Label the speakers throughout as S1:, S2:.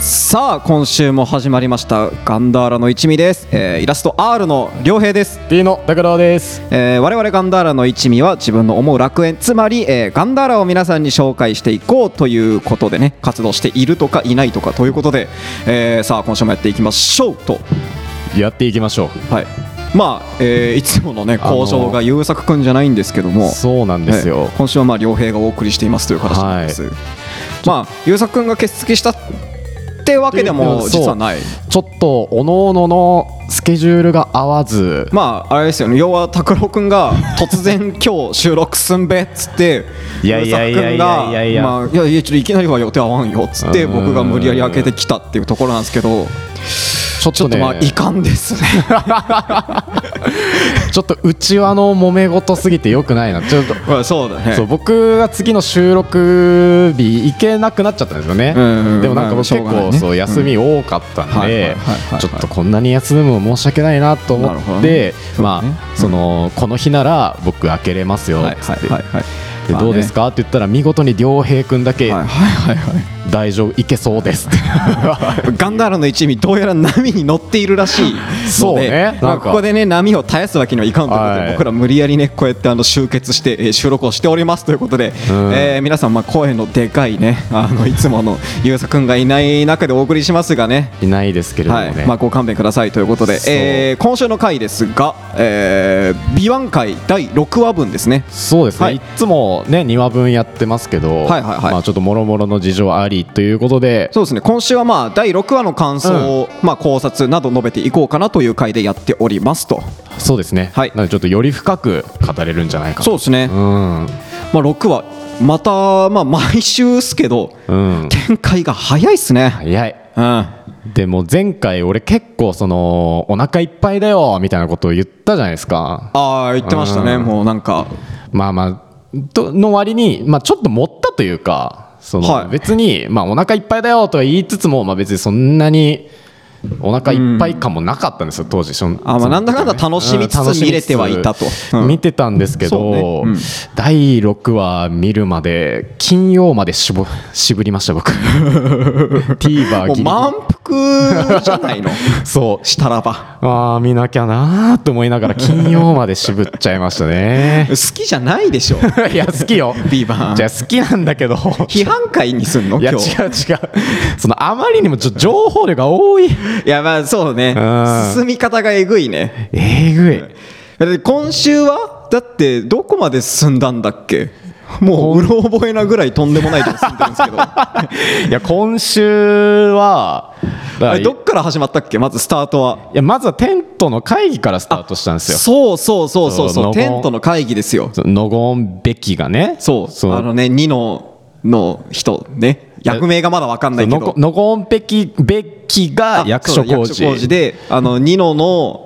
S1: さあ今週も始まりましたガンダーラの一味です、えーイラスト R の良平です、
S2: D の拓郎です。
S1: えー我々ガンダーラの一味は自分の思う楽園つまり、えーガンダーラを皆さんに紹介していこうということでね活動しているとかいないとかということで、えーさあ今週もやっていきましょうと
S2: やっていきましょ
S1: はいまあ、えーいつものね
S2: あのー
S1: 交渉が優作くんじゃないんですけど
S2: う。
S1: も
S2: そうなんですよ
S1: はい。今週はまあ良平がお送りしていますという形なんです、まあ優作くんが欠席したってわけでも実はない
S2: ちょっと各々のスケジュールが合わず、
S1: まああれですよね要は拓郎くんが突 然今日収録すんべっつって
S2: いやいやいやいやいやいや
S1: まあいやいやちょっといきなりは予定合わんよっつって
S2: うん
S1: 僕が無理やり開けてきたっていうところなんですけど
S2: ちょっ
S1: ちょ
S2: と
S1: っと
S2: ね、
S1: まあ遺憾 ですね
S2: ちょっと内輪の揉め事すぎてよくないな。ちょっと。
S1: まあそう だね
S2: そう僕が次の収録日行けなくなっちゃったんですよね、
S1: うんうん
S2: でもなんか
S1: まあ
S2: 僕
S1: しょ
S2: 結
S1: うがないね
S2: 構そう休み多かったん
S1: うんはいはい
S2: で
S1: はいはい
S2: ちょっとこんなに休むの申し訳ないなと思
S1: なるほど
S2: っ
S1: ね
S2: て、
S1: そうだ
S2: ま
S1: ね
S2: あそのこの日なら僕開けれますよ
S1: はい
S2: っつ
S1: は
S2: っ
S1: い
S2: て
S1: はいはい
S2: でどうです
S1: か
S2: かって言ったら見事に良平君だけ
S1: はいはいはいはい
S2: 大丈夫いけそ うですって
S1: ガンダーラの一味どうやら波に乗っているらしいので
S2: そうね
S1: ま
S2: な
S1: あ、
S2: んか
S1: ここでね波を絶やすわけにはいかんということで、
S2: はい
S1: 僕ら無理やりねこうやってあの集結して、えー収録をしておりますということで、
S2: うん
S1: えー皆さんまあ声のでかいねあのいつもの優作くんがいない中でお送りしますがね
S2: いないですけれども
S1: は
S2: ね、
S1: いまあ、ご勘弁くださいということで、
S2: そう
S1: えー今週の回ですが、えー、B1 回第6話分ですね
S2: そうですね、
S1: はい
S2: い、つもね2話分やってますけど、
S1: はいはいはい
S2: まあ、ちょっともろもろの事情ありということで
S1: そうですね今週はまあ第6話の感想を、まあ、考察など述べていこうかなという回でやっておりますと
S2: そうですね、
S1: はい
S2: なのでちょっとより深く語れるんじゃないかと
S1: そうですね、
S2: うん
S1: まあ、6話また、まあ、毎週っすけど
S2: うん
S1: 展開が早いっすね、
S2: 早い
S1: うん、
S2: でも前回俺結構そのお腹いっぱいだよみたいなことを言ったじゃないですか
S1: ああ言ってましたね
S2: うん
S1: もうなんか
S2: まあまあとの割に、まあ、ちょっと持ったというかその、
S1: はい
S2: 別に、まあ、お腹いっぱいだよとは言いつつも、まあ、別にそんなにお腹いっぱい感もなかったんですよ、当時その
S1: あまあ
S2: その
S1: なんだかんだ楽しみつつ
S2: うん楽し
S1: 見れてはいたとうん
S2: 見てたんですけ
S1: そう
S2: ど、
S1: ねうん
S2: 第6話見るまで金曜までしぼ渋りまし た僕 TVer
S1: もう
S2: ギリギリ
S1: 満腹じゃないの
S2: そう
S1: したらば
S2: ああ見なきゃなーと思いながら金曜まで渋っちゃいましたね
S1: 好きじゃないでしょ
S2: いや好きよ
S1: ビーバー
S2: じゃあ好きなんだけど
S1: 批判会にすんの
S2: いや違
S1: 今
S2: う違う
S1: 日
S2: そのあまりにもちょっと情報量が多い
S1: いやまあそうね
S2: うん
S1: 進み方がえぐいね
S2: えぐい
S1: だって今週はだってどこまで進んだんだっけもううろ覚えなぐらいとんでもないとこ進んでるんですけ どあ
S2: いや今週はだから
S1: れどっから始まったっけまずスタートはい
S2: やまずはテントの会議からスタートしたんですよ
S1: そうそうそうそう
S2: そう
S1: そう
S2: ノゴ
S1: テントの会議ですよ
S2: そのノゴンべきがね
S1: そうあのねニノの人ね役名がまだ分かんないけ
S2: ノゴ
S1: ど
S2: ノゴンべきべきが
S1: あ
S2: 役
S1: そ
S2: 所
S1: うだ
S2: 工
S1: 役所
S2: 事
S1: であのニノの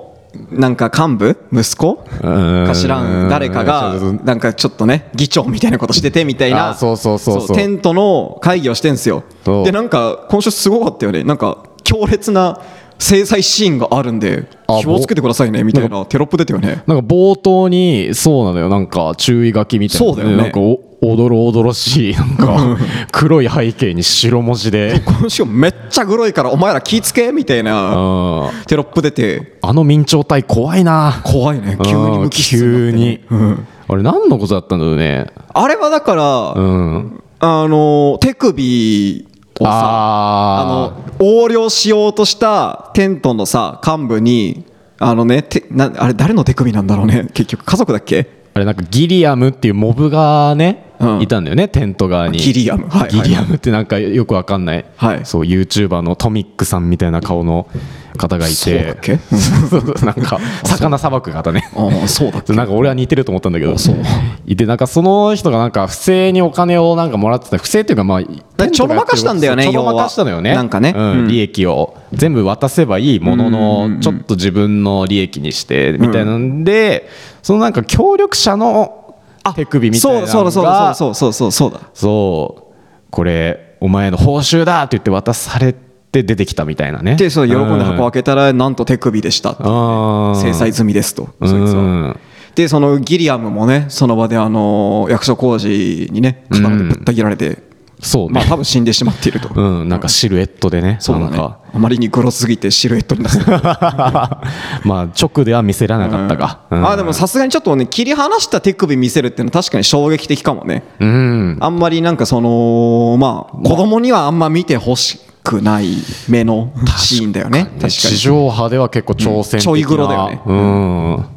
S1: なんか幹部息子
S2: うん
S1: か知らん誰かが
S2: そうそうそう
S1: なんかちょっとね議長みたいなことしててみたいな
S2: あそうそうそうそう
S1: テントの会議をしてんすよ
S2: そう
S1: でなんか今週すごかったよねなんか強烈な制裁シーンがあるんで
S2: あ
S1: 気をつけてくださいねみたいなテロップ出たよね
S2: なんか冒頭にそうなのよなんか注意書きみたいな
S1: そうだよね
S2: なんかおおどろおどろしいなんか黒い背景に白文字で
S1: 今週めっちゃグロいからお前ら気ぃつけみたい
S2: うん
S1: な
S2: あ
S1: テロップ出て
S2: の明朝体怖いな
S1: 怖いね急に無機質
S2: 急
S1: になって
S2: に、あれ何のことだったんだろうね
S1: あれはだから、
S2: うん
S1: あの手首をさあ
S2: あ
S1: の横領しようとしたテントのさ幹部にあのねてなあれ誰の手首なんだろうね結局家族だっけ
S2: あれなんかギリアムっていうモブがね、
S1: うん
S2: いたんだよねテント側に
S1: ギリアムはいはい
S2: ギリアムってなんかよくわかんない、
S1: はい
S2: そう YouTuber のトミックさんみたいな顔の方がいて
S1: そうだっけ
S2: そうそう なんか魚さばく方ね
S1: ああそうだっけ
S2: なんか俺は似てると思ったんだけど
S1: そう
S2: いてなんかその人がなんか不正にお金をなんかもらってた不正っていうかまあ
S1: ちょろまかしたんだよね
S2: そうちょろまかしたのよね
S1: 要はなんかね
S2: うん
S1: うん
S2: 利益を全部渡せばいいもののちょっと自分の利益にしてみたいなんでそのなんか協力者の 手首みたいなのが
S1: そうそうだそうだそうだそうだそうだ
S2: そうこれお前の報酬だって言って渡されて出てきたみたいなね
S1: でそう喜んで箱開けたらなんと手首でしたって
S2: あー
S1: 制裁済みですと
S2: うん
S1: そいつはでそのギリアムもねその場であの役所工事にね刀でぶった切られて
S2: そうね
S1: まあ多分死んでしまっていると。
S2: うん、なんかシルエットでね、
S1: そうだ
S2: なん
S1: ね。あ
S2: か、
S1: まりに黒すぎてシルエットになってな
S2: まあ直では見せらなかったが、うん
S1: あでもさすがにちょっとね切り離した手首見せるっていうのは確かに衝撃的かもね。
S2: うん、
S1: あんまりなんかそのまあ子供にはあんま見てほしくない目のシーンだよね。確かに。
S2: 地上波では結構挑戦的な、
S1: うんちょい黒だよね
S2: うん、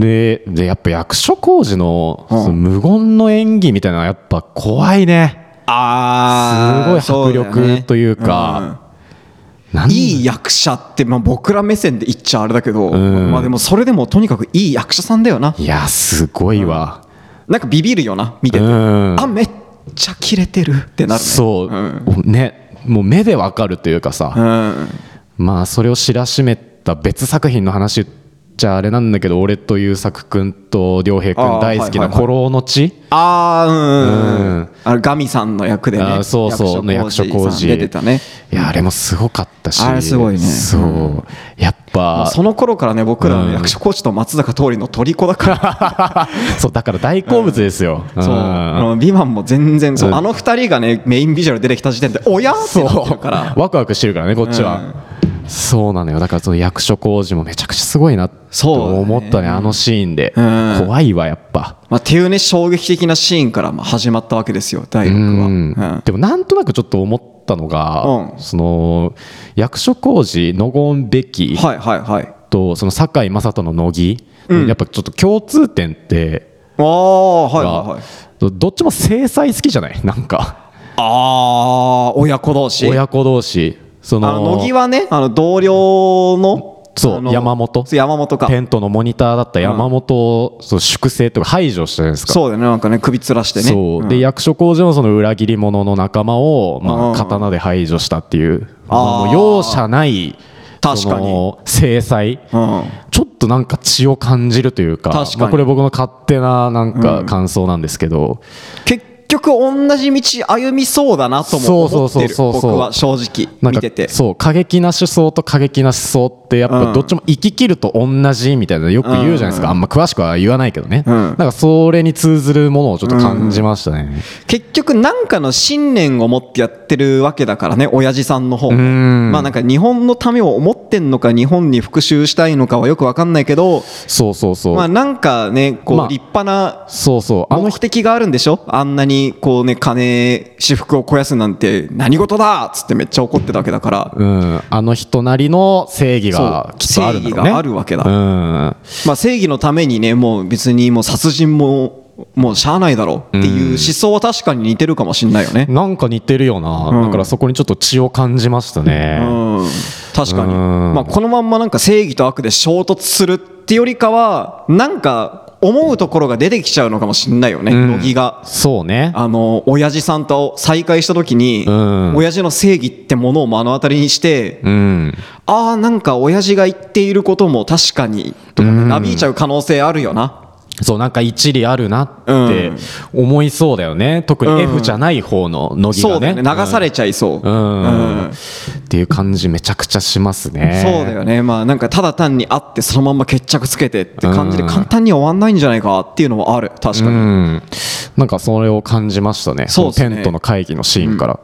S2: ででやっぱ役所広司の
S1: うん
S2: その無言の演技みたいなのはやっぱ怖いね
S1: あー
S2: すごい迫力
S1: そうだよね
S2: というかなん
S1: いい役者って、まあ、僕ら目線で言っちゃあれだけど、
S2: ん
S1: まあでもそれでもとにかくいい役者さんだよない
S2: やすごいわ、
S1: なんかビビるよな見てて、
S2: うん
S1: あめっちゃキレてるってなるね
S2: そう、
S1: うん
S2: ねもう目でわかるというかさ、
S1: うん
S2: まあそれを知らしめた別作品の話じゃあれなんだけど俺と優作君と良平
S1: あー
S2: 君大好き
S1: は
S2: ない「
S1: はいはい
S2: 古老の地
S1: あーうん、
S2: うん
S1: あのガミさんの役で」
S2: あ
S1: ね
S2: ーそうそうの役所
S1: さん
S2: 広司
S1: 出てたね
S2: いやあれもすごかったし
S1: あれすごいね
S2: そうやっ
S1: もう
S2: ぱ
S1: その頃からね僕らはね
S2: うん
S1: 役所広司と松坂桃李の虜だから、
S2: そうだから大好物ですよ
S1: そうあ
S2: ん
S1: の美マンも全然そう、
S2: うん
S1: あの二人がねメインビジュアル出てきた時点でおやって
S2: そう
S1: なってるから
S2: ワクワクしてるからねこっちはそうなのよだからその役所広司もめちゃくちゃすごいなと思った
S1: そうだ
S2: ね
S1: ね
S2: あのシーンで
S1: うん
S2: 怖いわやっぱ
S1: まあ、っていうね衝撃的なシーンからまあ始まったわけですよ第6話、うん
S2: うんでもなんとなくちょっと思ったのが、
S1: うん
S2: その役所広司ノゴン・ベキ
S1: はいはいはい
S2: とその堺雅人の乃木、やっぱちょっと共通点って
S1: ああはい
S2: が、
S1: はいはい
S2: どどっちも制裁好きじゃない なんか
S1: ああー親子同士
S2: 親子同士そ
S1: あの
S2: の
S1: 乃木はねあの同僚の
S2: そう
S1: あの
S2: 山本
S1: そう山本か
S2: テントのモニターだった山本を、そう粛清とか排除したじゃないですか
S1: そうだよねなんかね首つらしてね
S2: そうで
S1: ん
S2: 役所工事のその裏切り者の仲間を、ま
S1: うん
S2: あ、刀で排除したっていう、
S1: あー
S2: もう容赦ない
S1: 確かに
S2: その制裁、
S1: うん
S2: ちょっとなんか血を感じるというか
S1: 確かに
S2: まあ、これ僕の勝手ななんか感想なんですけど、
S1: 結局同じ道歩みそうだなとも思ってる
S2: そうそうそうそうそう
S1: 僕は正直
S2: なん
S1: 見
S2: か
S1: てて
S2: そう過激な思想と過激な思想ってやっ
S1: うん
S2: ぱどっちも生き切ると同じみたいなのよく言うじゃないですか、
S1: うん
S2: あんま詳しくは言わないけどね、
S1: うん
S2: なんかそれに通ずるものをちょっと感じましたね。
S1: 結局なんかの信念を持ってやってるわけだからね親父さんの方も
S2: ん
S1: まあなんか日本のためを思ってんのか日本に復讐したいのかはよくわかんないけど
S2: そうそうそう、
S1: まあなんかねこう
S2: まあ
S1: 立派な
S2: そうそうあの
S1: 目的があるんでしょあんなにこうね金私服を肥やすなんて何事だっつってめっちゃ怒ってたわけだから
S2: うん、あの人なりの正義が
S1: そう
S2: きっとあるんだろうね
S1: 正義があるわけだ
S2: うん、
S1: まあ正義のためにねもう別にもう殺人ももうしゃあないだろうっていう思想は確かに似てるかもしんないよね
S2: なんか似てるよな、
S1: うん
S2: だからそこにちょっと血を感じましたね、
S1: うん、確かに、
S2: うん
S1: まあ、このまんまなんか正義と悪で衝突するってよりかはなんか思うところが出てきちゃうのかもしれないよね、
S2: うん
S1: 乃木が。
S2: そうね
S1: あの親父さんと再会した時に、
S2: うん
S1: 親父の正義ってものを目の当たりにして、
S2: うん
S1: ああなんか親父が言っていることも確かにとかね、なびいちゃう可能性あるよな
S2: そうなんか一理あるなって思いそうだよね、特
S1: うん
S2: に F じゃない方の乃木
S1: そうだ
S2: が
S1: よ
S2: ね
S1: ね流されちゃいそう、
S2: うん、
S1: うん
S2: っていう感じめちゃくちゃしますね
S1: そうだよね、まあ、なんかただ単に会ってそのまんま決着つけてって感じで
S2: うん
S1: 簡単には終わんないんじゃないかっていうのはある確か
S2: う
S1: に、
S2: ん、なんかそれを感じましたね
S1: そうっすね
S2: のテントの会議のシーンから、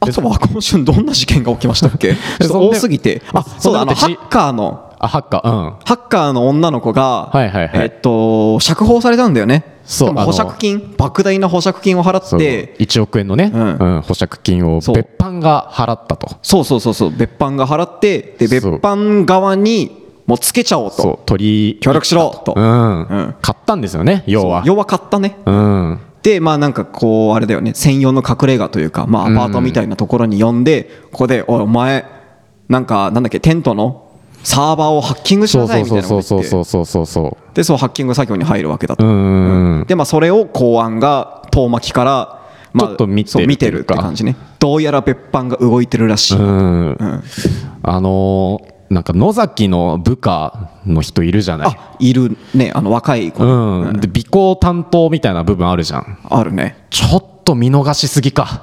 S1: あとは今週どんな事件が起きましたっけ ちょっと多すぎてあそうだあのハ
S2: そんなこと
S1: ッカーの
S2: あハッカーうん
S1: ハッカーの女の子が、
S2: はいはいはい
S1: えっと、釈放されたんだよね
S2: そう
S1: しかも
S2: あ
S1: 保
S2: の
S1: 釈金莫大な保釈金を払
S2: そ
S1: っ
S2: う
S1: て
S2: 1億円のね、
S1: う
S2: うんん保釈金を
S1: そう
S2: 別班が払ったと
S1: そうそうそうそう別班が払ってで別
S2: そう
S1: 班側にもうつけちゃおう
S2: そ
S1: と
S2: う取り
S1: 協力しろと、
S2: うん、
S1: ん
S2: 買ったんですよね要は
S1: 弱かったね
S2: うん
S1: でまあなんかこうあれだよね専用の隠れ家というかまあアパートみたいなところに呼んで、ここで「おいお前なんかなんだっけテントのサーバーをハッキングし
S2: そ
S1: な
S2: う
S1: さい」
S2: そう
S1: みたい
S2: そう
S1: なこと
S2: そう
S1: 言
S2: そう
S1: って
S2: そうそうそうそ
S1: でそのハッキング作業に入るわけだ
S2: う
S1: と、
S2: んうんうん
S1: でまあそれを公安が遠巻きから、まあ、
S2: ちょっと見てる
S1: そう見てるっ
S2: と
S1: て
S2: いうか
S1: 感じねどうやら別班が動いてるらしい、
S2: うんあのーなんか野崎の部下の人いるじゃない
S1: あいるねあの若い子、
S2: うん、で尾行担当みたいな部分あるじゃん
S1: あるね
S2: ちょっと見逃しす ぎか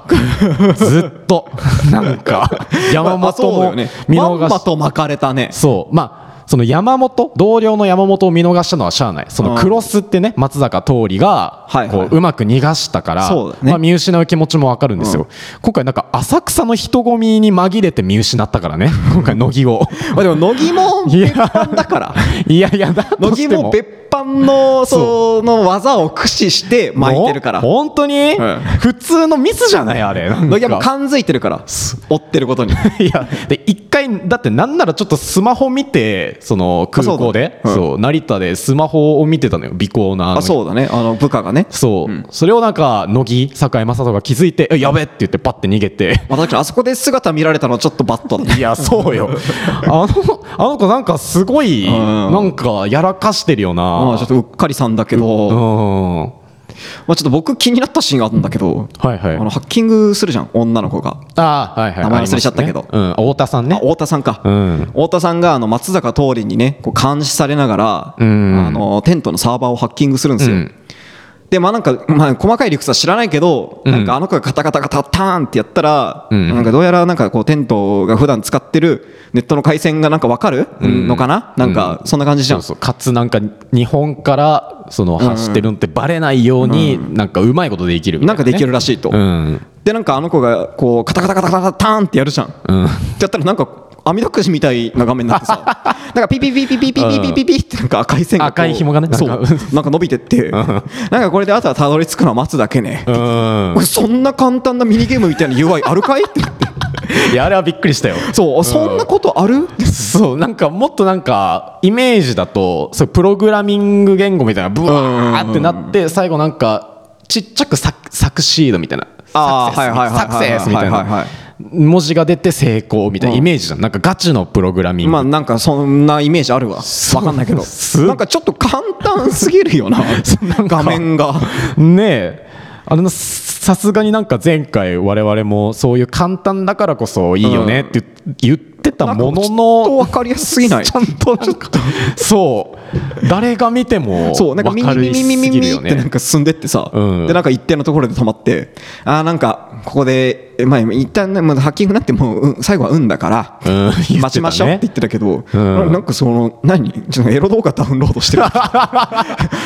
S2: ずっとなんか山
S1: まあそうだ
S2: 本
S1: よ
S2: も
S1: ね
S2: 見
S1: まん
S2: 逃
S1: ま
S2: し
S1: と巻かれたね
S2: そうまあその山本同僚の山本を見逃したのはしゃあないそのクロスってね松坂桃李が
S1: はいはい
S2: こううまく逃がしたから、
S1: そうだね
S2: まあ、見失う気持ちもわかるんですよ、今回なんか浅草の人混みに紛れて見失ったか らね今回乃木を
S1: まあでも乃木も
S2: いや
S1: 別班だから
S2: いやいやだと
S1: 乃
S2: し
S1: 木
S2: て
S1: も
S2: も
S1: 別班のその技を駆使して巻いてるから
S2: ほ本当に、
S1: ん
S2: 普通のミスじゃないあれなんか
S1: 乃木はもう感づいてるから追ってることに
S2: いやで一回だってなんならちょっとスマホ見てその空港で
S1: あ
S2: そう
S1: そうだね
S2: 成田でスマホを見てたのよ尾行なあの
S1: あそうだねあの部下がね
S2: そう、それをなんか乃木坂井雅人が気づいてえ「やべ!」って言ってパッて逃げて
S1: まあ、確かにあそこで姿見られたのはちょっとバットだね
S2: いやそうよあのあの子なんかすごい
S1: うん
S2: なんかやらかしてるよ
S1: ま
S2: な
S1: あちょっとうっかりさんだけど、
S2: う
S1: ま
S2: んは
S1: あ、ちょっと僕気になったシーンがあるんだけど、
S2: いはい
S1: あのハッキングするじゃん女の子が、
S2: あーはいはい
S1: 名前忘れちゃったけど
S2: ありますねうん、太田さん
S1: あ
S2: ね
S1: 太田さんか、
S2: うん
S1: 太田さんがあの松坂桃李にねこう監視されながら、
S2: うん
S1: あのテントのサーバーをハッキングするんですよ、
S2: うん
S1: でまあなんか、まあ、細かい理屈は知らないけど、なんかあの子がガタガタガタターンってやったら、
S2: うん
S1: なんかどうやらなんかこうテントが普段使ってるネットの回線がなんか分かるのかな、なんかそんな感じじゃ
S2: そ
S1: ん
S2: うそうかつなんか日本からその走ってるのってバレないようになんかうまいことできるみた
S1: ないん
S2: な、
S1: か
S2: ね、
S1: できるらしいと、
S2: うん
S1: でなんかあの子がこうカタカタカタカタターンってやるじゃん、
S2: うん
S1: やったらなんか網戸くじみたいな画面になってさ なんかピピピピピピピピピピってなんか赤い線がこう
S2: 赤い紐がね
S1: そう
S2: なん
S1: なんか伸びてってなんかこれであとはたどり着くのは待つだけね
S2: うん
S1: こ れそんな簡単なミニゲームみたいな UI あるかいって
S2: いやあれはびっくりしたよ
S1: そうそんなことある
S2: そうなんかもっとなんかイメージだとそうプログラミング言語みたいなブワーってなって最後なんかちっちゃくサクサクシードみたいな
S1: あー
S2: サク
S1: はいはいはいはい
S2: セスみたい
S1: はいはいは
S2: ない文字が出て成功みたいなイメージじゃんなんかガチのプログラミン
S1: ま
S2: グ
S1: あなんかそんなイメージあるわ
S2: そう
S1: わかんないけど
S2: す
S1: なんかちょっと簡単すぎるよ な
S2: なんか
S1: 画面が
S2: ねえあのさすがになんか前回我々もそういう簡単だからこそいいよねって言ってたもの
S1: ちょ
S2: の
S1: っと分かりやすすぎない
S2: ちゃんとなんかそう誰が見ても
S1: そうなんか
S2: 分
S1: ミ
S2: か
S1: ミ
S2: り
S1: ミミ
S2: す
S1: ミミ
S2: ぎる
S1: ミ
S2: よ
S1: ってなん
S2: ね
S1: か進んでってさ、
S2: うん
S1: でなんか一定のところで止まってあーなんかここで、えまあ、一旦ね、まあ、ハッキングなんてもう、うん最後は運だから、
S2: うん言ってたね
S1: 待ちましょうって言ってたけど、
S2: うん
S1: なんかその何ちょっとエロ動画ダウンロードしてる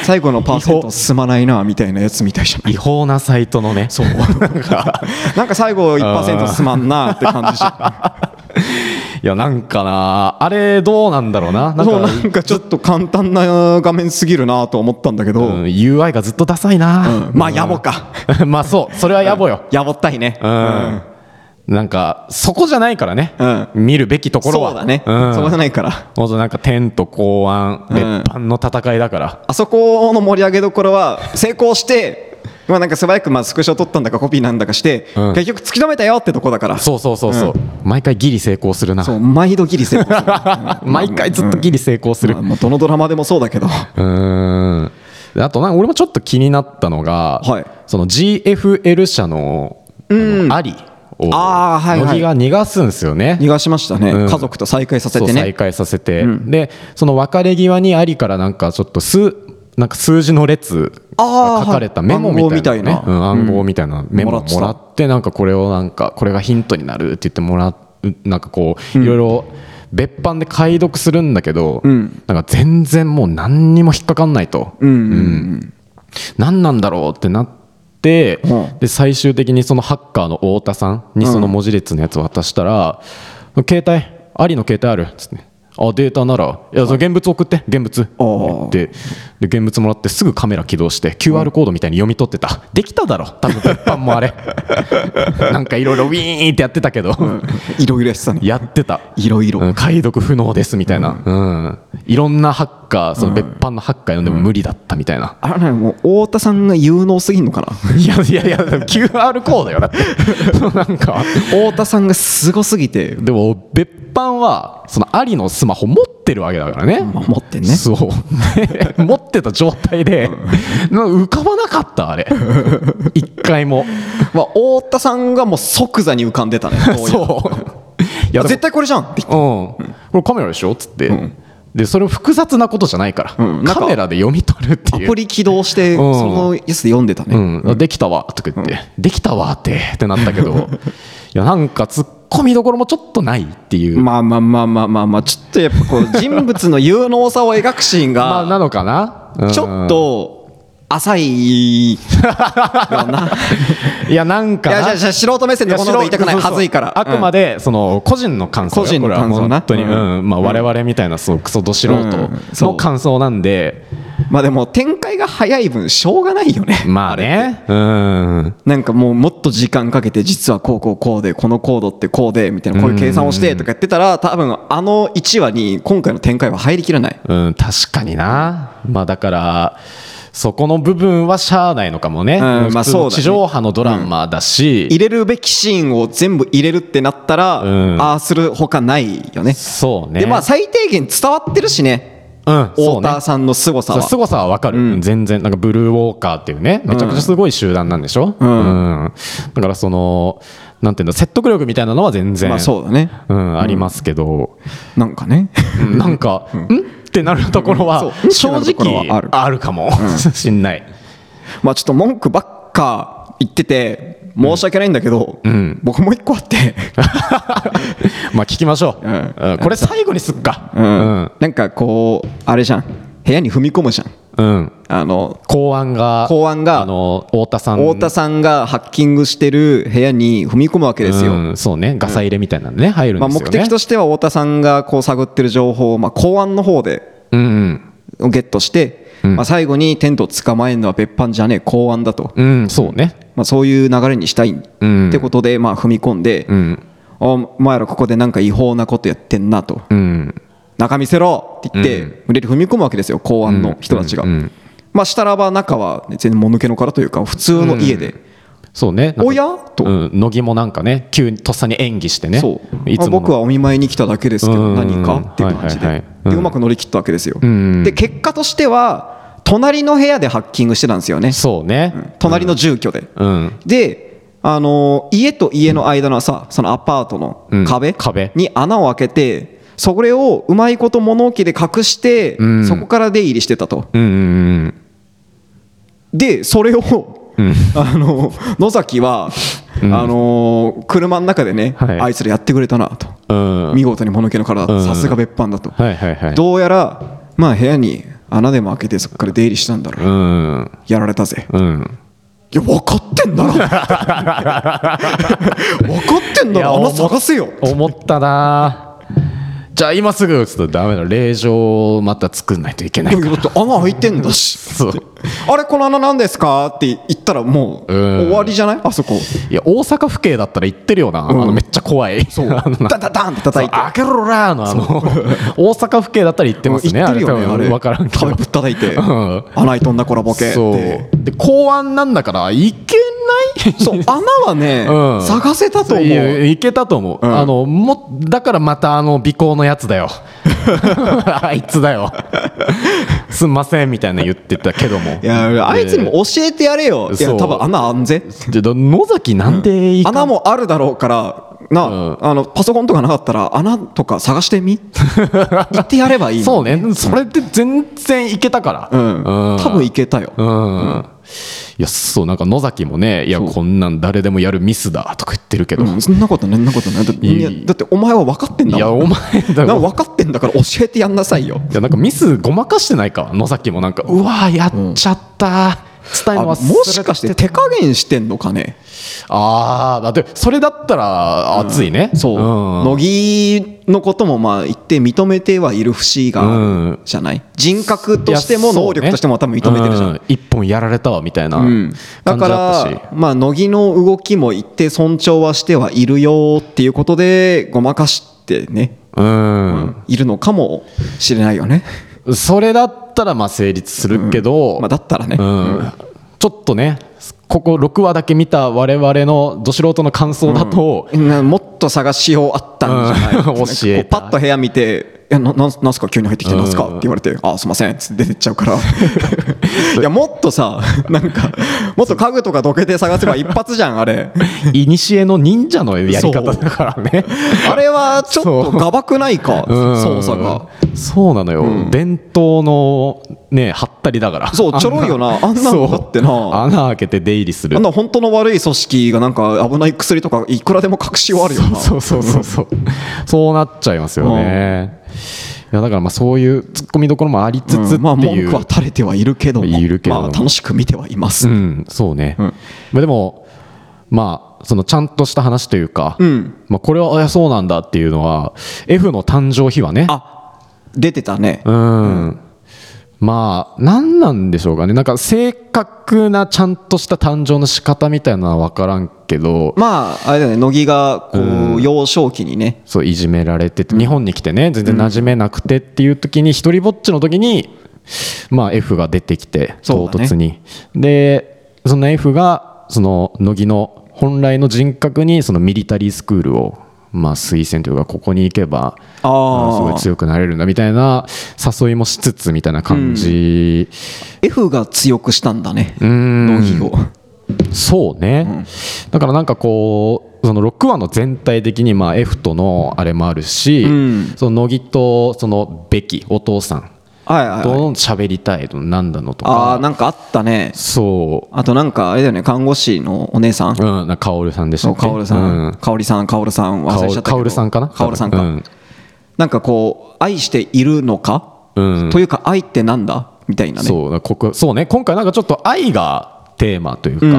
S1: 最後のパーセント進まないなみたいなやつみたいじゃない
S2: 違法なサイトのねそうなんか
S1: なんか最後1%進まんなって感じじゃ
S2: いやなんかなあれどうなんだろうななんんか
S1: そうなんかちょっと簡単な画面すぎるなと思ったんだけど、
S2: うん UI がずっとダサいな、
S1: うんまあ野暮か
S2: まあそうそれは野暮よ、
S1: やぼったいね、
S2: うんなんかそこじゃないからね、
S1: う
S2: 見るべきところは
S1: そうだね、
S2: うん、
S1: そこじゃないから
S2: ほんとなんか天と公安
S1: うん
S2: 別班の戦いだから、
S1: あそこの盛り上げどころは成功して、まあ、なんか素早くまあスクショ取ったんだかコピーなんだかして、
S2: うん
S1: 結局突き止めたよってとこだから
S2: そうそうそうそう、毎回ギリ成功するな
S1: そう毎度ギリ成功する
S2: 毎回ずっとギリ成功する、
S1: まあまあどのドラマでもそうだけど
S2: うーんあとなんか俺もちょっと気になったのが、
S1: はい
S2: その GFL 社のあのアリを
S1: あーはいはい
S2: 乃木が逃がすんですよね
S1: 逃がしましたね、
S2: うん
S1: 家族と再会させて
S2: そう再
S1: ね
S2: 会させて、でその別れ際にアリからなんかちょっと数なんか数字の列
S1: あー
S2: が書かれたメモみたいな,、ね
S1: 暗号みたいな
S2: うん暗号みたいなメモ
S1: もら
S2: を
S1: ってた
S2: もらってなんかこれをなんかこれがヒントになるって言ってもらうなんかこういろいろ別版で解読するんだけど、
S1: ん
S2: なんか全然もう何にも引っかかんないと、
S1: うんうん
S2: 何なんだろうってなって、
S1: うん
S2: で最終的にそのハッカーの太田さんにその文字列のやつを渡したら「携帯ありの携帯ある」っつって「あデータならいやその現物送って現物」って言ってで現物もらってすぐカメラ起動して QR コードみたいに読み取ってたできただろ多分別版もあれ なんかいろいろウィーンってやってたけど、
S1: いろいろやってたね
S2: やってた
S1: いろいろ
S2: うん解読不能ですみたいな、うんいろんなハッカーその別版のハッカー読んでも無理だったみたいな、
S1: あれねもう太田さんが有能すぎんのかない
S2: やいやいや、QR コードよ、だって。 なんか、
S1: 太田さんがすごすぎて
S2: でも、別班は、その、アリのスマホ持ってるわけだからね。
S1: まあ持ってんね
S2: そう。で 持ってた状態で、な浮かばなかった、あれ。一回も。
S1: まあ太田さんがもう即座に浮かんで たねう
S2: そう。
S1: い
S2: い
S1: や
S2: や、
S1: 絶
S2: 絶
S1: 対
S2: 対、
S1: これじゃんって
S2: うん。これカメラでしょつって。で、それを複雑なことじゃないから。
S1: うんなんか
S2: カメラで読み取るっ
S1: ア
S2: ていう
S1: プ。リ起動してそ
S2: うん
S1: のやつで読んでたね、
S2: うん、できたわとか言って、できたわってってなったけど、いやなんか突っ込みどころもちょっとないっていう、ま
S1: まあまあまあまあまあまあちょっとやっぱこう人物の有能さを描くシーン
S2: あ、
S1: が
S2: なのかな、うん
S1: ちょっと浅いよ な
S2: いやなん
S1: い
S2: か
S1: やじ
S2: な
S1: ゃあじゃあ素人目線でこんなこと言いたくないはずいから
S2: あくまでその個人の感想よ
S1: 個人の
S2: これは
S1: 感想な
S2: 本当に、
S1: う
S2: うんんまあ、我々みたいなそうクソど素人
S1: うんそう
S2: の感想なんで、
S1: うんまあでも展開が早い分しょうがないよね
S2: まあねうん
S1: なんかもうもっと時間かけて実はこうこうこうでこのコードってこうでみたいなこういう計算をしてとかやってたら多分あの1話に今回の展開は入りきらない
S2: うん、確かにな。まあだから、そこの部分はしゃあないのかもね。
S1: んまあ
S2: 普
S1: そ
S2: 通
S1: うだね
S2: の地上波のドラマだし、
S1: 入れるべきシーンを全部入れるってなったら、
S2: うん
S1: ああするほかないよね
S2: そうね。
S1: でまあ最低限伝わってるしね
S2: うん、そ
S1: 太
S2: うね
S1: 田。さんの凄さ
S2: そう
S1: は
S2: 凄さはわかる、
S1: うん
S2: 全然なんかブルーウォーカーっていうねめちゃくちゃすごい集団なんでしょ、
S1: ん
S2: うんだからそのなんていうんだ説得力みたいなのは全然、
S1: まあそうだね
S2: うん、ありますけど、
S1: なんかね
S2: うんなんか、んってなるところ
S1: うん
S2: は
S1: そう
S2: 正
S1: ってなるところは
S2: 直
S1: ある
S2: あるかも、 しんない
S1: まあちょっと文句ばっか言ってて申し訳ないんだけど、
S2: ん
S1: 僕もう一個あ って
S2: まあ聞きましょう、
S1: うん
S2: うんこれ最後にすっか
S1: うん、なんかこうあれじゃん部屋に踏み込むじゃん
S2: うん、うん
S1: あの
S2: 公安が
S1: 公安が
S2: あの太田さん
S1: 太田さんがハッキングしてる部屋に踏み込むわけですよ、
S2: うんそうねガサ入れみたいなのね、入るん
S1: ま
S2: で
S1: あ、
S2: すよ
S1: 目
S2: ね
S1: 的としては太田さんがこう探ってる情報を、まあ、公安の方で
S2: うんうん
S1: をゲットして、
S2: うん
S1: まあ、最後にテントを捕まえるのは別班じゃねえ公安だと、
S2: うんそうね
S1: まあ、そういう流れにしたいっ
S2: うん
S1: てことで、まあ、踏み込んで、
S2: うん
S1: おお前らここでなんか違法なことやってんなと
S2: うん
S1: 中見せろって言って、無理やり踏み込むわけですよ公安の人たちが、
S2: うんうん
S1: まあしたらば中は全然もぬけの殻というか普通の家で、
S2: そうねなんか
S1: おやと
S2: うん、乃木もなんかね急にとっさに演技してね
S1: そう
S2: い
S1: まあ
S2: つもの
S1: 僕はお見舞いに来ただけですけ
S2: う
S1: ど
S2: ん
S1: 何かっていう感じ
S2: はいはい
S1: で
S2: はいうん
S1: でうまく乗り切ったわけですよ
S2: うん
S1: で結果としては隣の部屋でハッキングしてたんですよね
S2: そうね
S1: 隣の住居で
S2: うん
S1: であのー家と家の間のさそのアパートの
S2: うん
S1: 壁
S2: 壁
S1: に穴を開けてそれをうまいこと物置で隠して
S2: ん
S1: そこから出入りしてたと
S2: うんうん
S1: でそれを、
S2: ん
S1: あの野崎は、あの車の中でね、
S2: はい
S1: あいつらやってくれたなと、
S2: うんうん
S1: 見事に物気の殻だと
S2: うん
S1: さすが別班だと、
S2: はいはいはい
S1: どうやら、まあ、部屋に穴でも開けてそこから出入りしたんだろう、
S2: うん
S1: やられたぜ
S2: うん
S1: いや分かってんだろ分かってんだろ穴探せよ
S2: 思ったなじゃあ今すぐ打つとダメだ令状をまた作んないといけな
S1: で
S2: い
S1: もだって穴開いてんだし
S2: そう
S1: あれこの穴何ですかって言ったらもう
S2: うん
S1: 終わりじゃないあそこ
S2: いや大阪府警だったら行ってるよな、
S1: ん
S2: あのめっちゃ怖いそうあのな
S1: ダダダンって叩いて
S2: 開けろらーのあの大阪府警だったら行ってますね
S1: 言ってるよねあ
S2: あれ多
S1: れ
S2: 分分からんけ
S1: 壁
S2: ど
S1: ぶったたいて
S2: ん
S1: 穴開いとんなコラボケっ
S2: そう
S1: て
S2: で公安なんだから行けない
S1: そう穴はね
S2: うん
S1: 探せたと思
S2: いや
S1: う
S2: 行けたと思う、
S1: うん
S2: あのもだからまたあの尾行のやつ だよあいつだよすんませんみたいな言ってたけども
S1: いやあいつにも教えてやれよいや
S2: そう
S1: 多分穴あんぜ
S2: でだ野崎なんでいいか、
S1: 穴もあるだろうからな
S2: う
S1: あのパソコンとかなかったら穴とか探して み行ってやればいい
S2: そうねそれで全然いけたから
S1: うん多分
S2: い
S1: いけたよ
S2: うん、いやそうなんか野崎もねいやこんなん誰でもやるミスだとか言ってるけど、
S1: うんそんなことないそんなことないだって
S2: い
S1: いやだってお前は分かってんだ
S2: いや
S1: もん
S2: お前だ
S1: な
S2: ろ
S1: 分かってんだから教えてやんなさいよ
S2: いやなんかミスごまかしてないか野崎もなんかうわーやっちゃった、伝え
S1: あ
S2: るの
S1: も
S2: 忘れた
S1: しかして手加減してんのかね
S2: あーだってそれだったら熱いね、
S1: そう、
S2: ん
S1: 乃木のこともまあ言って認めてはいる節があるじゃない、人格としても能力としても多分認めてるじゃん、
S2: ん、一本やられたわみたいな
S1: うん
S2: 感じだ
S1: だ
S2: っ
S1: か
S2: たし、
S1: ら、まあ、乃木の動きも一定尊重はしてはいるよっていうことでごまかしてね、
S2: うん
S1: いるのかもしれないよね、
S2: それだったらまあ成立するけど、
S1: まあ、だったらね、
S2: うん、ちょっとねここ6話だけ見た我々のど素人の感想だと、
S1: なもっと探しようあったんじゃない、
S2: うん
S1: なんかこう
S2: 教えた
S1: パッと部屋見て「いやななんすなんすか急に入ってきてなんすか?」っ
S2: うん
S1: て言われて「あすいません」つって出てっちゃう からいやもっとさなんかもっと家具とかどけて探せば一発じゃんあれ
S2: いにしえの忍者のやり方だからね
S1: あれはちょっとがばくないか操作が
S2: うんそうなのよ、伝統のねはったりだから
S1: そうちょろいよなあんな
S2: そ
S1: の
S2: う
S1: だってな
S2: 穴開けて出入りする
S1: あんな本当の悪い組織がなんか危ない薬とかいくらでも隠しはあるよな
S2: そうそうそうそうそうそうなっちゃいますよね、いやだからまあそういう突っ込みどころもありつつっていう、
S1: うんまあ文句は垂れてはいるけども
S2: いるけども
S1: まあ楽しく見てはいます、
S2: うん、そうね、
S1: うん
S2: まあ、でも、まあ、そのちゃんとした話というか、
S1: うん
S2: まあ、これはあいやそうなんだっていうのは F の誕生秘話ね
S1: あ出てたね
S2: うん、まあ何なんでしょうかねなんか正確なちゃんとした誕生の仕方みたいなのは分からんけど、
S1: まああれだよね乃木がこう幼少期にね
S2: そういじめられてて日本に来てね全然馴染めなくてっていう時に一人ぼっちの時にまあ F が出てきて
S1: そう
S2: 唐
S1: だね
S2: 突にでその F がその乃木の本来の人格にそのミリタリースクールをまあ推薦というかここに行けば
S1: あー
S2: すごい強くなれるんだみたいな誘いもしつつみたいな感じ
S1: F が強くしたんだね
S2: うん
S1: 乃木を
S2: そうね、だからなんかこうその6話の全体的にまあ F とのあれもあるし、
S1: うん
S2: その乃木とそのベキお父さん
S1: はいはい
S2: と
S1: はい
S2: の喋りたいのなんだのと
S1: ああ
S2: か
S1: なんかあったね
S2: そ
S1: あとなんかあれだよね看護師のお姉さん
S2: う、うん、なんか薫さんでした
S1: そう
S2: っけ
S1: カオルさ
S2: うん
S1: カオリさんカオルさん忘れちゃったけど
S2: カオルさんかな
S1: カオルさんか、
S2: うん
S1: なんかこう愛しているのか、
S2: うん
S1: というか愛ってなんだみたいなね
S2: そうだからここそうね今回なんかちょっと愛がテーマというか、うん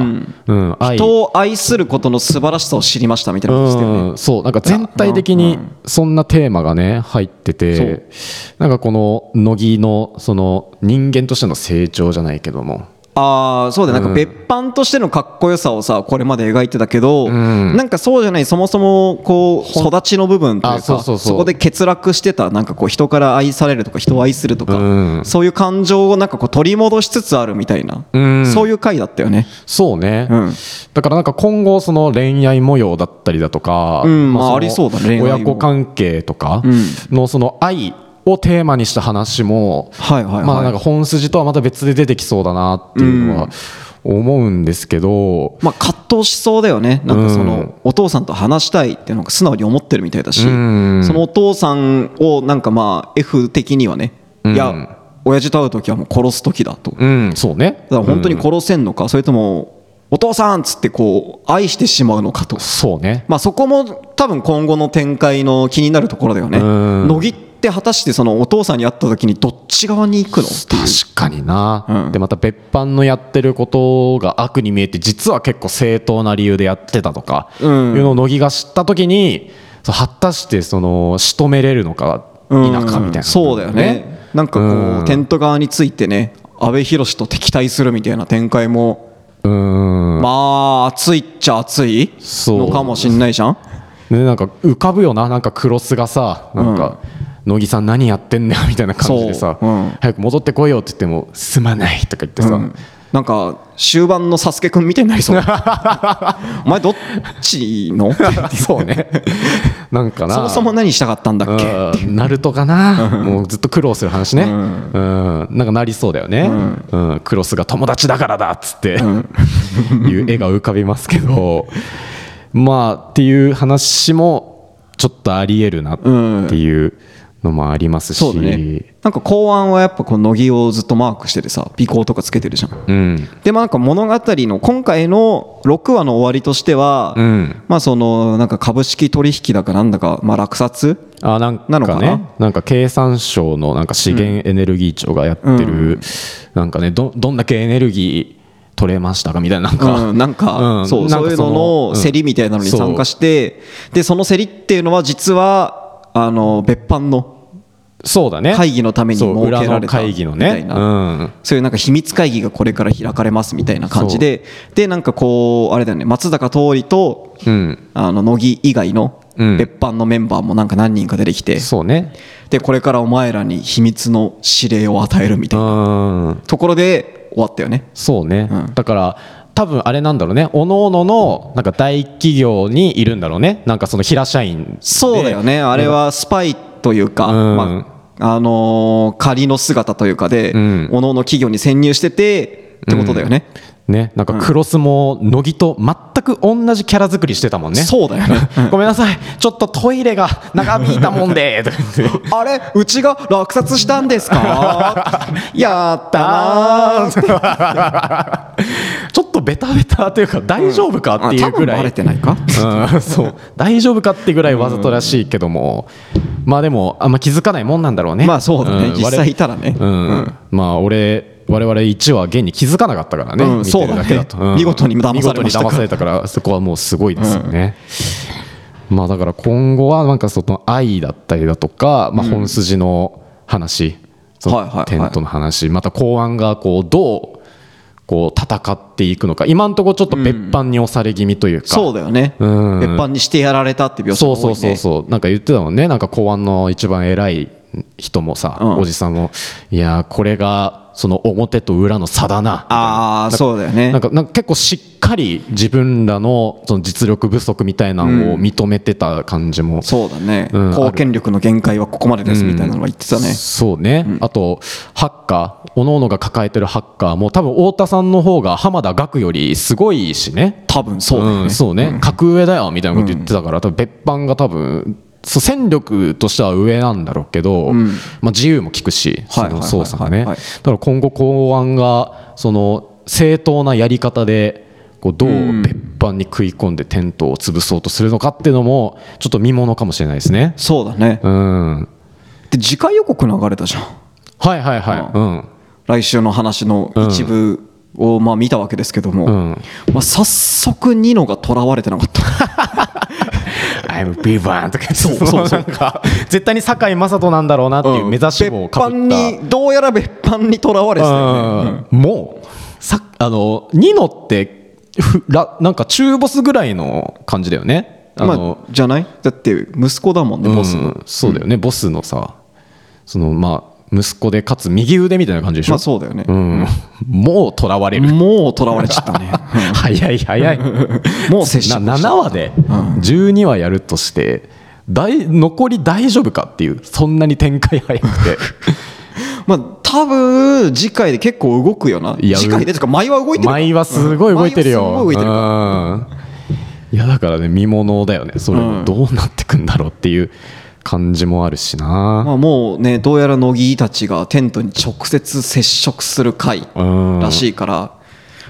S2: ん愛
S1: 人を愛することの素晴らしさを知りましたみたいなことですよね、
S2: うん、そうなんか全体的にそんなテーマがね入っててなんかこの乃木のその人間としての成長じゃないけども
S1: ああそうだよなんか
S2: うん
S1: 別班としてのかっこよさをさこれまで描いてたけど、
S2: ん
S1: なんかそうじゃないそもそもこう育ちの部分というか
S2: あそうそうそう
S1: こで欠落してたなんかこう人から愛されるとか人を愛するとか、
S2: うん
S1: そういう感情をなんかこう取り戻しつつあるみたいな、
S2: うん
S1: そういう回だったよね。
S2: そうね、
S1: うん
S2: だからなんか今後その恋愛模様だったりだとか、
S1: うんまあ
S2: の
S1: ありそうだね恋愛模様
S2: 親子関係とか
S1: う
S2: のその愛をテーマにした話も、
S1: はいはいはい
S2: まあなんか本筋とはまた別で出てきそうだなっていうのは思うんですけど、
S1: まあ、葛藤しそうだよねなんかその、
S2: うん
S1: お父さんと話したいってなんか素直に思ってるみたいだし、
S2: うん
S1: そのお父さんをなんかまあ F 的にはね、
S2: うん
S1: いや親父と会う時はもう殺す時だと、だか
S2: うん、そうね
S1: ら本当に殺せんのか、それともお父さんっつってこう愛してしまうのかと、
S2: そうね
S1: まあ、そこも多分今後の展開の気になるところだよね、
S2: うん
S1: 乃木って果たしてそのお父さんに会った時にどっち側に行くのっていう
S2: 確かにな、
S1: うん
S2: でまた別班のやってることが悪に見えて実は結構正当な理由でやってたとか、
S1: うん
S2: いうのを乃木が知った時にそう果たしてその仕留めれるのか否
S1: うん
S2: かみたいな、
S1: そうだよねなんかこう、
S2: うん
S1: テント側についてね阿部寛と敵対するみたいな展開も、
S2: うん
S1: まあ熱いっちゃ熱い
S2: そう
S1: のかもしんないじゃん
S2: でなんか浮かぶよななんかクロスがさなんか、乃木さん何やってんだよみたいな感じでさ、
S1: そううん
S2: 早く戻ってこいよって言ってもすまないとか言ってさ、
S1: うんなんか終盤のサスケくんみたいにな りそうお前どっちの
S2: そうね なんかな
S1: そもそも何したかったんだっけ
S2: うんナルトかなもうずっと苦労する話ね、うんなんかなりそうだよね、うんクロスが友達だからだっつって、いう絵が浮かびますけどまあっていう話もちょっとありえるなっていうのもありますし、
S1: そうだねなんか公安はやっぱこう乃木をずっとマークしててさ尾行とかつけてるじゃん
S2: うん
S1: でもなんか物語の今回の6話の終わりとしては、
S2: うん
S1: まあそのなんか株式取引だかなんだか、まあ、落札
S2: あなんかね
S1: なの
S2: な
S1: かなん
S2: か経産省のなんか資源エネルギー庁がやってる、
S1: う
S2: なんかねどどんだけエネルギー取れましたかみたいななんか、
S1: うん、なんか、
S2: うん
S1: そう
S2: なん
S1: そ
S2: か
S1: ういう
S2: そ
S1: の
S2: の
S1: の競りみたいなのに参加して、でその競りっていうのは実はあの別班の
S2: そうだね
S1: 会議のために
S2: そう
S1: 設けら
S2: 裏
S1: れ
S2: の
S1: た
S2: 会議の
S1: みた
S2: ね
S1: い、
S2: う、
S1: なんそういうなんか秘密会議がこれから開かれますみたいな感じででなんかこうあれだよね松坂桃李と
S2: うん、
S1: あの乃木以外の
S2: うん
S1: 別班のメンバーもなんか何人か出てきて、
S2: そうね、
S1: でこれからお前らに秘密の指令を与えるみた
S2: う、
S1: いなんところで終わったよね
S2: そうね、
S1: うん
S2: だから多分あれなんだろうね、各々のなんか大企業にいるんだろうね、なんかその平社員で、
S1: そうだよねあれはスパイというか、
S2: うん
S1: まああのー仮の姿というかで、
S2: うん
S1: 各々企業に潜入しててってことだよね。
S2: ね、なんかクロスも乃木と全く同じキャラ作りしてたもんね。
S1: そうだよね。
S2: ごめんなさい、ちょっとトイレが長引いたも んで、とか言って
S1: あれうちが落札したんです かやったなー
S2: ちょっとベタベタというか、大丈夫かっていうぐら
S1: あ多
S2: い、
S1: 分バレてないか
S2: うんそう大丈夫かってぐらいわざとらしいけども、まあでも、あんま気づかないもんなんだろうね。
S1: まあそうだね
S2: ん
S1: 実際いたらね
S2: 我々うんまあ俺、我々1話、現に気づかなかったからね、
S1: うん
S2: 見てるだけだと、
S1: そうだね見事に騙されましたから
S2: 見事に騙されたから、そこはもうすごいですよね。まあだから今後はなんかその愛だったりだとか、まあ、本筋の話、そ
S1: はいはいは
S2: の
S1: い
S2: テントの話、また公安がこうどうこう戦っていくのか今のところちょっと別班に押され気味というか、
S1: そうだよね。別
S2: うん
S1: 版にしてやられたって描写
S2: そ
S1: が
S2: う
S1: 多い、
S2: そ
S1: ね、
S2: うそうそうなんか言ってたもんねなんか公安の一番偉い人もさ、
S1: うん
S2: おじさんもいやーこれがその表と裏の差だな
S1: ああそうだよね
S2: なんかなんか結構しっかり自分らのその実力不足みたいなのを認めてた感じも、
S1: そうだね、
S2: うん
S1: 貢献力の限界はここまでですみたいなのは言ってたね、
S2: そうね、あとハッカー各々が抱えてるハッカーも多分太田さんの方が浜田岳よりすごいしね
S1: 多分そうだよね、
S2: ん、そうね、格上だよみたいなこと言ってたから、多分別班が多分そう戦力としては上なんだろうけど、まあ、自由も利くし、そ
S1: はいはい
S2: の
S1: はいはい
S2: 捜査がね、
S1: はい
S2: だから今後、公安がその正当なやり方でこうどう別班に食い込んでテントを潰そうとするのかっていうのもちょっと見ものかもしれないですね。
S1: そうだね
S2: うん、はい
S1: で次回予告流れたじゃん
S2: はいはい、うん
S1: 来週の話の一部をまあ見たわけですけども、
S2: ん
S1: まあ、早速ニノが囚われてなかった
S2: I'm Vivan とかそう
S1: そうそう
S2: なんか絶対に堺雅人なんだろうなっていう目指し棒をかぶった、
S1: 別班にどうやら別班に囚われてたよね、
S2: うんもうさあのニノってふらなんか中ボスぐらいの感じだよねあの、
S1: まあ、じゃないだって息子だもんね、ボス
S2: う
S1: の
S2: んそうだよね、ボスのさそのまあ息子でかつ右腕みたいな感じでしょ、
S1: まあそうだよね、
S2: うん、もうとらわれる、
S1: もう囚われちゃった ね
S2: 早 い早い
S1: もう接触
S2: な
S1: し
S2: 7話で12話やるとして大残り大丈夫かっていうそんなに展開 早くて
S1: まあ多分次回で結構動くよない
S2: や
S1: 次回でとか前は動いてる
S2: 舞はすごい動いてるよ、
S1: 舞はすごい動いてるか
S2: うんいやだからね見ものだよねそれ
S1: うん
S2: どうなってくんだろうっていう感じもあるし
S1: らま
S2: な、
S1: あもうねどうやら乃木たちがテントに直接接触する回
S2: うん
S1: らしいから、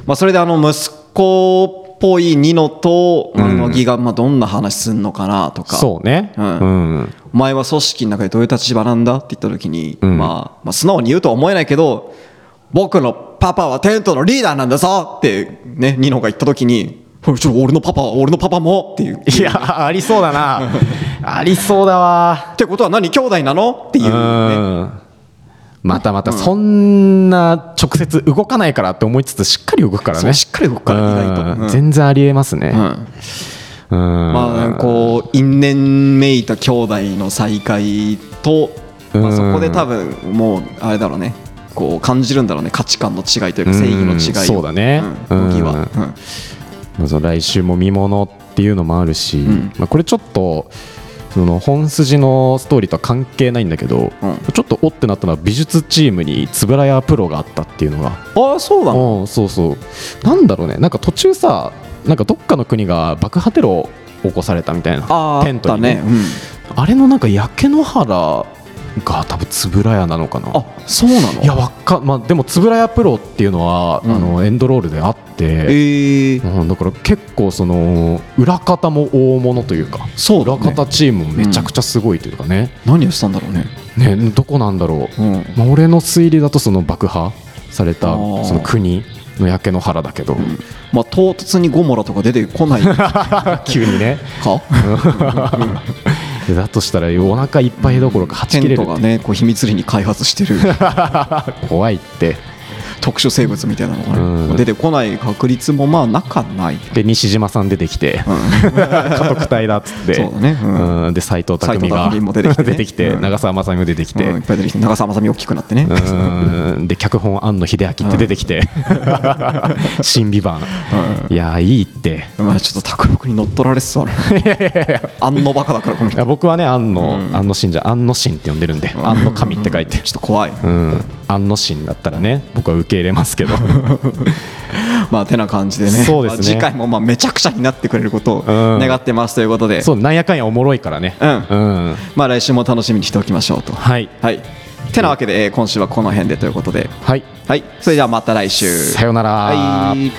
S1: まあ、それであの息子っぽいニノとまあ乃木がまあどんな話すんのかなとか、
S2: そうね
S1: う
S2: うんん、
S1: お前は組織の中でどういう立場なんだって言った時に、
S2: ん
S1: まあ、まあ素直に言うとは思えないけど僕のパパはテントのリーダーなんだぞってねニノが言った時に「おいちょ俺のパパは俺のパパも」っていう。
S2: いやありそうだな ありそうだわ
S1: ってことは何兄弟なのっていうう、ね、
S2: んまたまたそんな直接動かないからって思いつつしっかり動くから
S1: そう
S2: ね
S1: しっかり動くから意外と
S2: うん
S1: うん
S2: 全然ありえますね、
S1: うん
S2: うん
S1: まあこう因縁めいた兄弟の再会と、まあ、
S2: うん
S1: そこで多分もうあれだろうねこう感じるんだろうね価値観の違いというか正義の違いを、
S2: うんそうだね
S1: うん乃木は、
S2: うん
S1: うん
S2: まあその来週も見ものっていうのもあるし、
S1: ん
S2: まあ、これちょっとその本筋のストーリーとは関係ないんだけど、
S1: うん
S2: ちょっとおってなったのは美術チームに円谷プロがあったっていうのが、
S1: ああそうだ
S2: うんそうそうなんだろうねなんか途中さなんかどっかの国が爆破テロを起こされたみたいな
S1: あー
S2: テントに
S1: あったね
S2: あれのなんか焼け野原が多分円谷なのかな
S1: うん、あそうなの
S2: いやわっか、まあ、でも円谷プロっていうのは、
S1: うん
S2: あのエンドロールであって
S1: えー、
S2: うん、だから結構その裏方も大物というか
S1: そうだ
S2: 裏
S1: ね
S2: 方チームもめちゃくちゃすごいというかね,、
S1: 何をしたんだろうね、
S2: ねどこなんだろう、
S1: うん
S2: まあ、俺の推理だとその爆破され
S1: あ
S2: た
S1: ー
S2: その国の焼け野原だけど、
S1: まあ、唐突にゴモラとか出てこない か
S2: 急にねでだとしたらお腹いっぱいどころかは
S1: テ
S2: ち切れ
S1: ント
S2: るっ
S1: が
S2: て
S1: ねこう秘密裏に開発してる
S2: 怖いって
S1: 特殊生物みたいなのがね、
S2: うん
S1: 出てこない確率もまあなかない、
S2: で西島さん出てきて、家督隊だっつって
S1: そうだねうん
S2: うんで斎藤工
S1: 斎藤工も出てき
S2: が
S1: てね
S2: 出てきて
S1: うん
S2: 長澤まさみも出てきて、
S1: うんいっぱい出てきて長澤まさみ大きくなってね、
S2: うんで脚本庵野秀明って出て きて「新美版」いやーいいって
S1: まあちょっと拓郎に乗っ取られつ つあるあんのバカだからこの
S2: い
S1: 人
S2: や僕はね庵野庵野信者庵野神って呼んでるんで庵野神って書いて
S1: ちょっと怖い、
S2: うん庵野神だったらね僕は受け入れますけど
S1: まあてな感じでね
S2: そうです
S1: ま
S2: ね
S1: あ次回もまあめちゃくちゃになってくれることを願ってますということで、
S2: そうなんやかんやおもろいからね
S1: う
S2: うん
S1: まあ来週も楽しみにしておきましょうと
S2: はい
S1: はいてなわけで、えー今週はこの辺でということで
S2: はい
S1: はいそれではまた来週
S2: さようなら
S1: はい